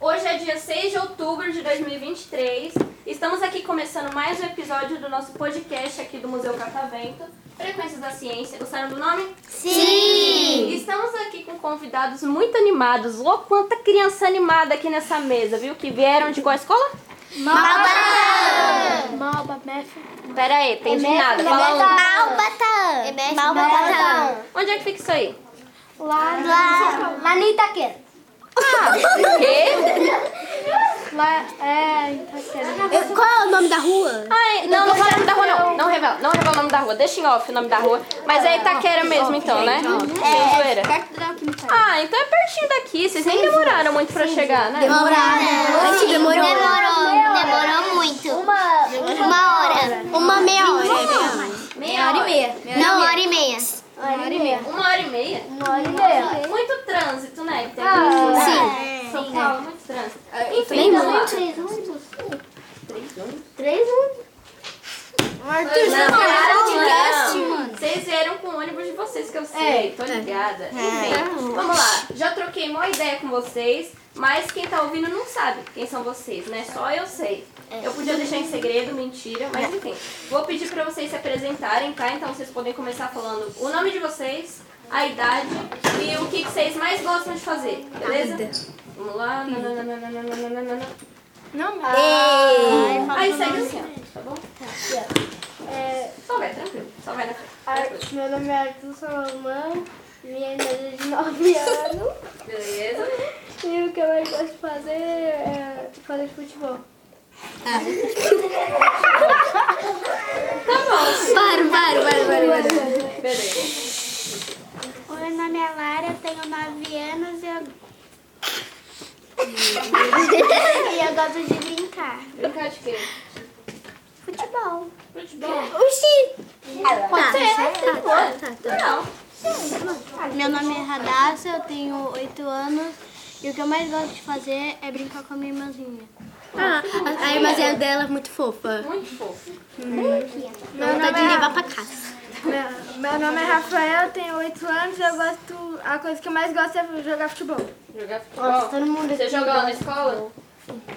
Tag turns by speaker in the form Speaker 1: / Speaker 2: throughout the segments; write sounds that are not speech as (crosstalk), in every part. Speaker 1: Hoje é dia 6 de outubro de 2023. Estamos aqui começando mais um episódio do nosso podcast aqui do Museu Catavento, Frequências da Ciência. Gostaram do nome? Sim! Estamos aqui com convidados muito animados. Ô, quanta criança animada aqui nessa mesa, viu? Que vieram de qual escola?
Speaker 2: Malba, Mef.
Speaker 1: Pera aí, tem de nada. Fala
Speaker 3: Malbatã. Malbatã.
Speaker 1: um. Onde é que fica isso aí?
Speaker 2: Lá,
Speaker 3: Lá, lá no Itaquera.
Speaker 1: O quê?
Speaker 2: lá, é, em Itaquera.
Speaker 3: Qual é o nome da rua?
Speaker 1: Ai, não, não fala o nome da rua, não. Não revela, não revela o nome da rua. Deixa em off o nome da rua. Mas é Itaquera mesmo, então, né? Sem zoeira.
Speaker 3: É, Perto da Alquimicária.
Speaker 1: Ah, então é pertinho daqui. Vocês nem demoraram muito pra chegar, né?
Speaker 3: Demorou. Demorou. Demorou. Demorou muito. Uma, hora. Uma meia hora.
Speaker 1: Meia hora e meia.
Speaker 3: Não, uma hora e meia.
Speaker 1: Uma hora e meia? Muito trânsito, né? Tem
Speaker 3: Sim.
Speaker 1: São Paulo, muito trânsito. Enfim, então, muito.
Speaker 3: Três ônibus. Três um. ônibus?
Speaker 1: Não,
Speaker 3: pararam de
Speaker 1: não.
Speaker 3: gaste, mano. É,
Speaker 1: Vocês vieram com o ônibus de vocês que eu sei, tô ligada. Enfim, vamos lá. Já troquei uma ideia com vocês, mas quem tá ouvindo não sabe quem são vocês, né? Só eu sei.
Speaker 3: É.
Speaker 1: Eu podia deixar em segredo, mentira, mas enfim. Vou pedir pra vocês se apresentarem, tá? Então vocês podem começar falando o nome de vocês, a idade e o que que vocês mais gostam de fazer, beleza? Vamos lá. nananana.
Speaker 2: Não, mas... Ah,
Speaker 1: Aí segue assim, ó, tá bom? Só vai, tranquilo. Só vai na frente. Tranquilo.
Speaker 2: É, meu nome é Arthur Salomão, minha idade é de 9 (laughs) anos.
Speaker 1: Beleza?
Speaker 2: E o que eu mais gosto de fazer é fazer futebol.
Speaker 1: Tá bom.
Speaker 3: Para, para, para, para.
Speaker 1: Beleza.
Speaker 2: Meu nome é Lara, eu tenho 9 anos e eu... (laughs) e eu gosto de brincar.
Speaker 1: Brincar de quê?
Speaker 2: Futebol.
Speaker 1: Futebol?
Speaker 3: Oxi. Tá.
Speaker 1: Pode ser, né? Pode. Não.
Speaker 2: Meu nome é Radassa, eu tenho 8 anos e o que eu mais gosto de fazer é brincar com a minha irmãzinha.
Speaker 3: Ah, a- a irmãzinha dela é muito fofa.
Speaker 1: Muito fofo.
Speaker 3: Dá vontade
Speaker 2: é
Speaker 3: de levar pra casa.
Speaker 2: Meu, meu nome é Rafael, tenho 8 anos e eu gosto. A coisa que eu mais gosto é jogar futebol.
Speaker 1: Jogar futebol.
Speaker 3: todo mundo
Speaker 1: Você joga lá na escola?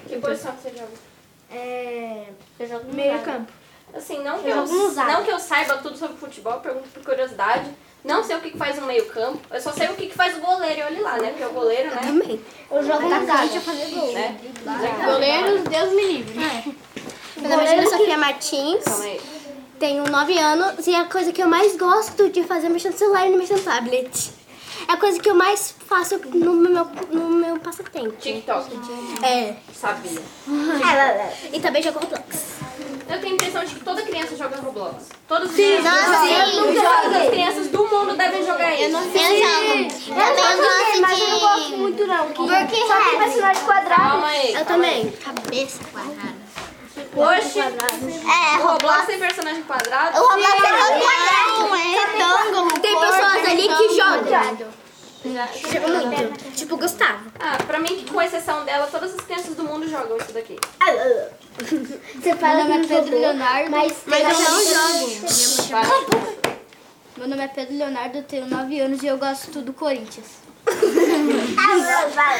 Speaker 1: Que posição que você joga?
Speaker 3: É... Eu jogo
Speaker 2: Meio campo.
Speaker 1: Assim, não que, eu,
Speaker 3: jogo no zaga.
Speaker 1: não que eu saiba tudo sobre futebol, pergunto por curiosidade. Não sei o que, que faz um meio campo. Eu só sei o que, que faz o goleiro. E olha lá, né? Porque o goleiro, né?
Speaker 3: Também. Eu jogo na casa.
Speaker 1: né?
Speaker 3: Goleiros, Deus me livre. Meu nome é Ana Sofia Martins,
Speaker 1: Calma aí.
Speaker 3: tenho 9 anos e a coisa que eu mais gosto de fazer é mexer no celular e não mexer no tablet. É a coisa que eu mais faço no meu, no meu passatempo.
Speaker 1: TikTok.
Speaker 3: É.
Speaker 1: Sabia.
Speaker 3: E também jogo Roblox.
Speaker 1: Eu tenho a impressão de que toda criança joga Roblox. Todas as
Speaker 3: Nossa,
Speaker 1: crianças
Speaker 3: sim,
Speaker 1: jogam. Todas as crianças do mundo devem jogar isso.
Speaker 3: Eu jogo. Eu também gosto de...
Speaker 2: muito não. Que...
Speaker 3: Porque
Speaker 2: personagem quadrado.
Speaker 1: Calma aí.
Speaker 3: Eu também. Cabeça quadrada.
Speaker 1: Oxe,
Speaker 3: É,
Speaker 1: o Roblox tem personagem quadrado?
Speaker 3: O Roblox é todo quadrado. Tem
Speaker 2: né?
Speaker 3: pessoas ali que jogam. Jogam muito. Tipo Gustavo.
Speaker 1: Ah, pra mim, que com exceção dela, todas as crianças do mundo jogam isso daqui.
Speaker 3: Você fala meu nome é Pedro Leonardo, mas, eu não jogo.
Speaker 1: Vai.
Speaker 3: Meu nome é Pedro Leonardo, eu tenho 9 anos e eu gosto do Corinthians.
Speaker 1: Tá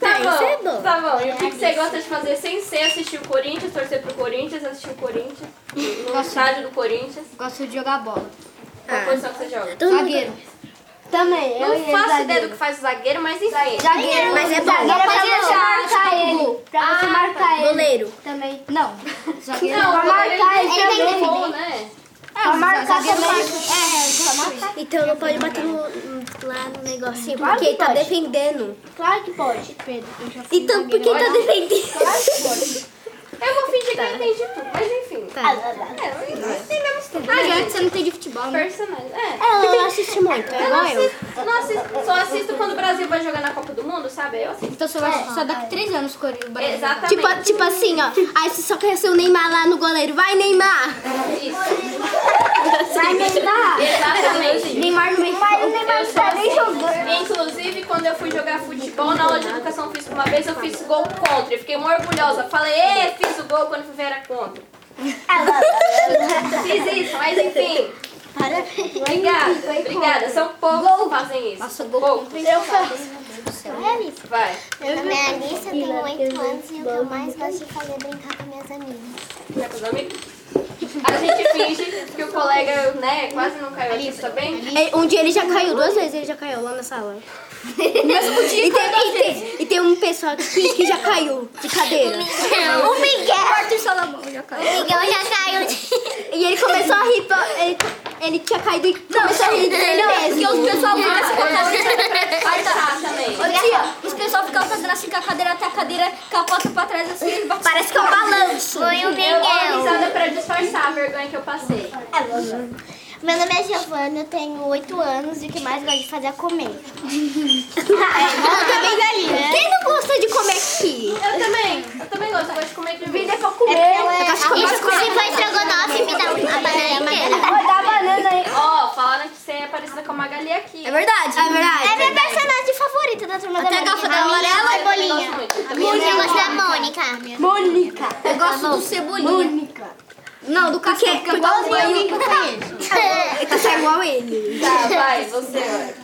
Speaker 3: Tá, isso é
Speaker 1: bom,
Speaker 3: bom.
Speaker 1: tá bom. E o que que você gosta de fazer sem ser assistir o Corinthians, torcer pro Corinthians, assistir o Corinthians, no estádio do Corinthians?
Speaker 3: Gosto de jogar bola.
Speaker 1: Qual posição que você joga?
Speaker 3: Zagueiro. Também,
Speaker 1: Não faço ideia do que faz o zagueiro, mas enfim.
Speaker 3: Zagueiro, mas é bom. Não Ah,
Speaker 2: pra você marcar ele. Pra você marcar ele
Speaker 3: Goleiro.
Speaker 2: também.
Speaker 3: Não. Zagueiro.
Speaker 1: Não,
Speaker 2: marcar, ele
Speaker 1: ele tem que
Speaker 2: também.
Speaker 1: gol, né?
Speaker 2: Pra marcar
Speaker 3: Então não pode bater no, lá no negocinho, porque ele tá defendendo.
Speaker 2: Claro que pode, Pedro. Eu já fui
Speaker 3: Então, porque ele tá defendendo? (laughs)
Speaker 1: Eu vou fingir que eu entendi tudo, mas enfim.
Speaker 3: Ah,
Speaker 1: É, não entendemos tudo. Ah,
Speaker 3: que você não tem de futebol, né?
Speaker 1: personagem. É.
Speaker 3: Ela assiste muito, é
Speaker 1: Eu não
Speaker 3: igual eu.
Speaker 1: assisto, não assisto- só assisto quando o Brasil vai jogar na Copa do Mundo, sabe? Eu assisto.
Speaker 3: Então você vai só daqui 3 anos o Brasil.
Speaker 1: Exatamente.
Speaker 3: Tipo, (laughs) tipo assim, ó. Aí você só conheceu o Neymar lá no goleiro. Vai, Neymar!
Speaker 1: Isso.
Speaker 3: Vai emendar.
Speaker 1: Exatamente.
Speaker 3: Neymar no meio.
Speaker 4: Mas o Neymar não é tá nem jogando.
Speaker 1: Inclusive, quando eu fui jogar futebol na aula de educação física uma vez, eu fiz gol contra. E fiquei muito orgulhosa. Falei, ê, fiz o gol quando fui ver era contra. Fiz isso, mas enfim.
Speaker 3: Parabéns.
Speaker 1: Obrigada. Obrigada. São poucos que fazem isso. Nossa, gol contra.
Speaker 4: Eu faço.
Speaker 1: Vai.
Speaker 4: Na minha lista eu tenho 8 anos e o que eu mais gosto de fazer é brincar com minhas amigas.
Speaker 1: Vai pros amigos. um A gente finge que o colega, né, quase não caiu aqui, tá bem?
Speaker 3: É, Um dia ele já caiu, duas vezes ele já caiu lá na sala.
Speaker 1: Mesmo dia
Speaker 3: (laughs) E tem, e tem, e tem um pessoal que, que já caiu de cadeira.
Speaker 4: (laughs) O Miguel! O Miguel já (laughs) caiu de...
Speaker 3: E ele começou a rir, pra- ele, ele tinha caído e começou a rir dele
Speaker 4: É
Speaker 3: mesmo.
Speaker 5: Porque os pessoal
Speaker 1: Ah,
Speaker 5: ficam assim,
Speaker 1: Vai tá também.
Speaker 5: ó, os pessoal ficam fazendo assim com a cadeira até a cadeira capota pra trás assim e bate.
Speaker 3: Parece que é um balanço.
Speaker 4: Foi o
Speaker 3: um
Speaker 1: Eu dou uma
Speaker 4: Miguel.
Speaker 1: risada pra disfarçar a vergonha que eu passei.
Speaker 4: Meu nome é Giovana, eu tenho 8 anos e o que mais gosto de fazer é (laughs) comer.
Speaker 3: Quem não gosta de comer aqui?
Speaker 1: Eu também. Eu também gosto. Eu gosto de É comer de mim.
Speaker 3: é
Speaker 4: Isso, se for estrogonofe, me dá um- a banana inteira.
Speaker 1: Ó, falaram que você é parecida com a Magali aqui.
Speaker 5: É verdade.
Speaker 3: É verdade.
Speaker 4: É minha personagem favorita da Turma da
Speaker 5: Até a garrafa
Speaker 4: Mônica.
Speaker 5: da amarela
Speaker 4: é
Speaker 1: Eu
Speaker 4: bolinha.
Speaker 1: gosto muito.
Speaker 4: A minha eu gosto da Mônica.
Speaker 5: Eu gosto do cebolinha.
Speaker 3: Não, do café. Porque, porque, porque,
Speaker 5: Então
Speaker 3: você é igual a ele.
Speaker 1: Tá, vai, você vai.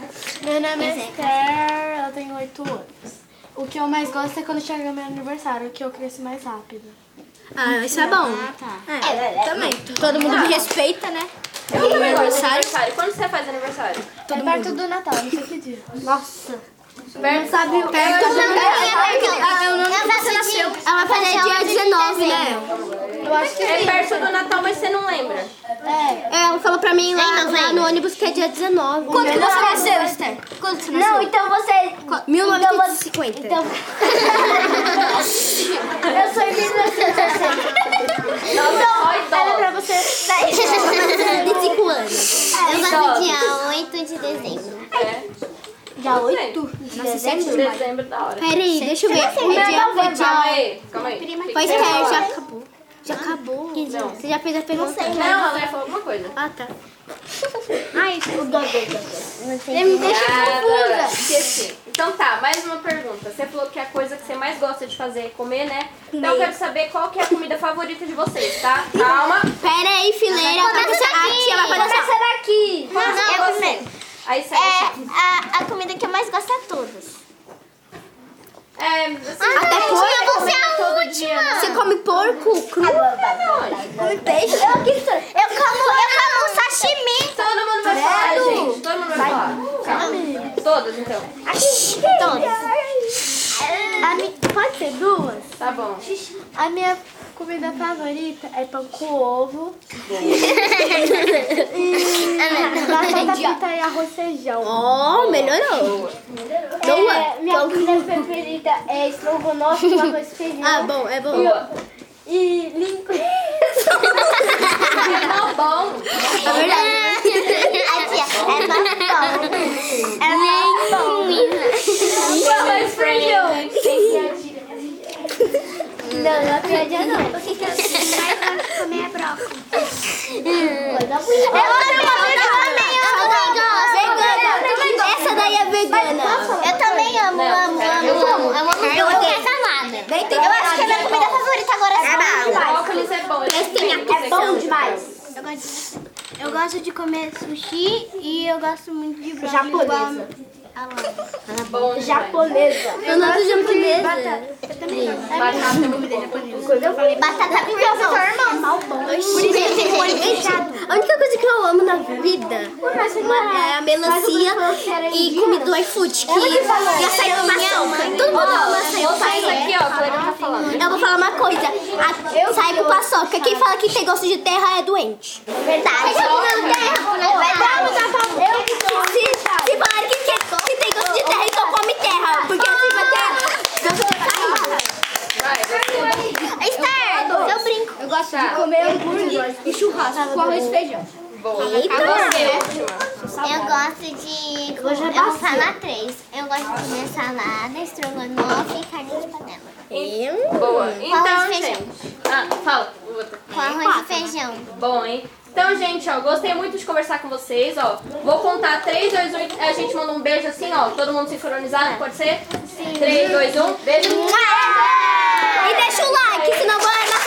Speaker 2: Meu nome é Esther, eu tenho 8 anos. O que eu mais gosto é quando chega meu aniversário, que eu cresço mais rápido.
Speaker 3: Ah, isso é bom.
Speaker 5: tá.
Speaker 3: É, também. Todo mundo me respeita, né?
Speaker 1: Eu também gosto de aniversário. Quando você faz aniversário?
Speaker 2: é perto do Natal, não sei que dia.
Speaker 1: Perto, sabe?
Speaker 3: Perto do
Speaker 5: é
Speaker 4: Ah,
Speaker 5: então.
Speaker 4: eu não
Speaker 3: Ela vai fazer dia 19, né?
Speaker 1: É perto do Natal, mas você não lembra.
Speaker 3: É, ela falou pra mim lá,
Speaker 4: novembro.
Speaker 3: lá no ônibus que é dia 19.
Speaker 5: Quando que você nasceu, Esther? Quando que você então, nasceu?
Speaker 4: Não, então você...
Speaker 3: 1950.
Speaker 4: Eu sou menina
Speaker 1: Nossa, só
Speaker 4: você. Eu
Speaker 3: 25 anos.
Speaker 4: gosto dia 8 de dezembro.
Speaker 1: idosa.
Speaker 4: Dia
Speaker 3: Nossa, isso é
Speaker 1: É,
Speaker 3: muito.
Speaker 1: dezembro da hora.
Speaker 3: Peraí, deixa eu ver. O dia foi
Speaker 1: Calma
Speaker 3: dia...
Speaker 1: aí, calma aí.
Speaker 3: Pois
Speaker 1: Deixa eu
Speaker 3: é, já
Speaker 1: falar.
Speaker 3: acabou. Já acabou. Você já fez a pergunta?
Speaker 1: Não, ela ia falar alguma coisa.
Speaker 3: (laughs) Ah, tá.
Speaker 1: Nada. Esqueci. Então tá, mais uma pergunta. Você falou que é a coisa que você mais gosta de fazer é comer, né? Então eu quero saber qual que é a comida favorita de vocês, (laughs) tá? Calma.
Speaker 3: Pera aí, fileira. Vai começar a tia vai fazer essa.
Speaker 4: aqui. Não,
Speaker 1: Faça
Speaker 4: eu
Speaker 1: você.
Speaker 4: primeiro.
Speaker 1: Aí assim. você
Speaker 4: É
Speaker 1: acha.
Speaker 4: a, a comida que eu mais gosto é todas.
Speaker 1: É, você
Speaker 3: Até
Speaker 4: Ai,
Speaker 3: foi?
Speaker 4: tia, você é a
Speaker 1: todo dia,
Speaker 4: última.
Speaker 3: Você come porco cru?
Speaker 1: não.
Speaker 4: Eu como, eu como sashimi.
Speaker 1: Todo mundo vai falar, gente. Todo mundo vai falar. Calma. Todas, então.
Speaker 2: A mi... Pode ser duas?
Speaker 1: Tá bom.
Speaker 2: A minha comida favorita é pão com
Speaker 3: (laughs)
Speaker 2: ovo, batata frita e arroz e feijão.
Speaker 3: É Ó,
Speaker 4: (laughs)
Speaker 3: melhorou.
Speaker 2: É, minha comida preferida é estrogonofe com arroz e feijão
Speaker 3: Ah, bom, é bom.
Speaker 2: e
Speaker 3: (laughs)
Speaker 2: linguiça.
Speaker 1: Tá bom.
Speaker 3: É verdade.
Speaker 4: A tia é gostosa. Ela é menina.
Speaker 1: Tá mais feijão.
Speaker 4: Não, não acredito não. O que que eu mais gosto de comer é brócolis. Eu amo uma também amo
Speaker 3: Vegana. Essa daí é vegana.
Speaker 4: Eu também amo, amo, amo, amo. Eu amo qualquer salada. Eu acho que é a minha comida favorita agora. É
Speaker 1: Brócolis é bom. É bom demais.
Speaker 2: Eu gosto, de, eu gosto de comer sushi e eu gosto muito de brócolis. Japonesa.
Speaker 1: Bom demais.
Speaker 3: Eu não tô japonesa.
Speaker 1: Batata é muito bom.
Speaker 4: Batata com meu irmão. Mal bom.
Speaker 3: A única coisa que eu amo na vida uma- é a melancia e comida do iFood, que e açaí com paçoca. Todo mundo ama açaí com
Speaker 1: Isso
Speaker 3: paçoca.
Speaker 1: aqui, ó, o colega tá falando.
Speaker 3: Eu vou falar uma coisa. A- Açaí com paçoca. Quem fala que tem gosto de terra é doente.
Speaker 4: Verdade. É
Speaker 3: Se, se falar que, que, que tem gosto de terra, então come terra. Porque assim vai ter gosto de açaí.
Speaker 1: Vai, você.
Speaker 4: Esther, eu brinco.
Speaker 1: Eu gosto
Speaker 3: Tá.
Speaker 1: de
Speaker 4: Eu gosto de. Eu vou falar três. Eu gosto de comer salada, estrogonofe e carne de panela.
Speaker 1: Boa. Então,
Speaker 4: feijão.
Speaker 1: gente. Ah, fala. fruta.
Speaker 4: Com arroz e feijão.
Speaker 1: Bom, hein? Então, gente, ó, gostei muito de conversar com vocês, ó. Vou contar 3, 2, 1, a gente manda um beijo assim, ó. Todo mundo sincronizado, pode ser? Sim. 3, 2, 1, beijo.
Speaker 3: E deixa o like, senão vai na é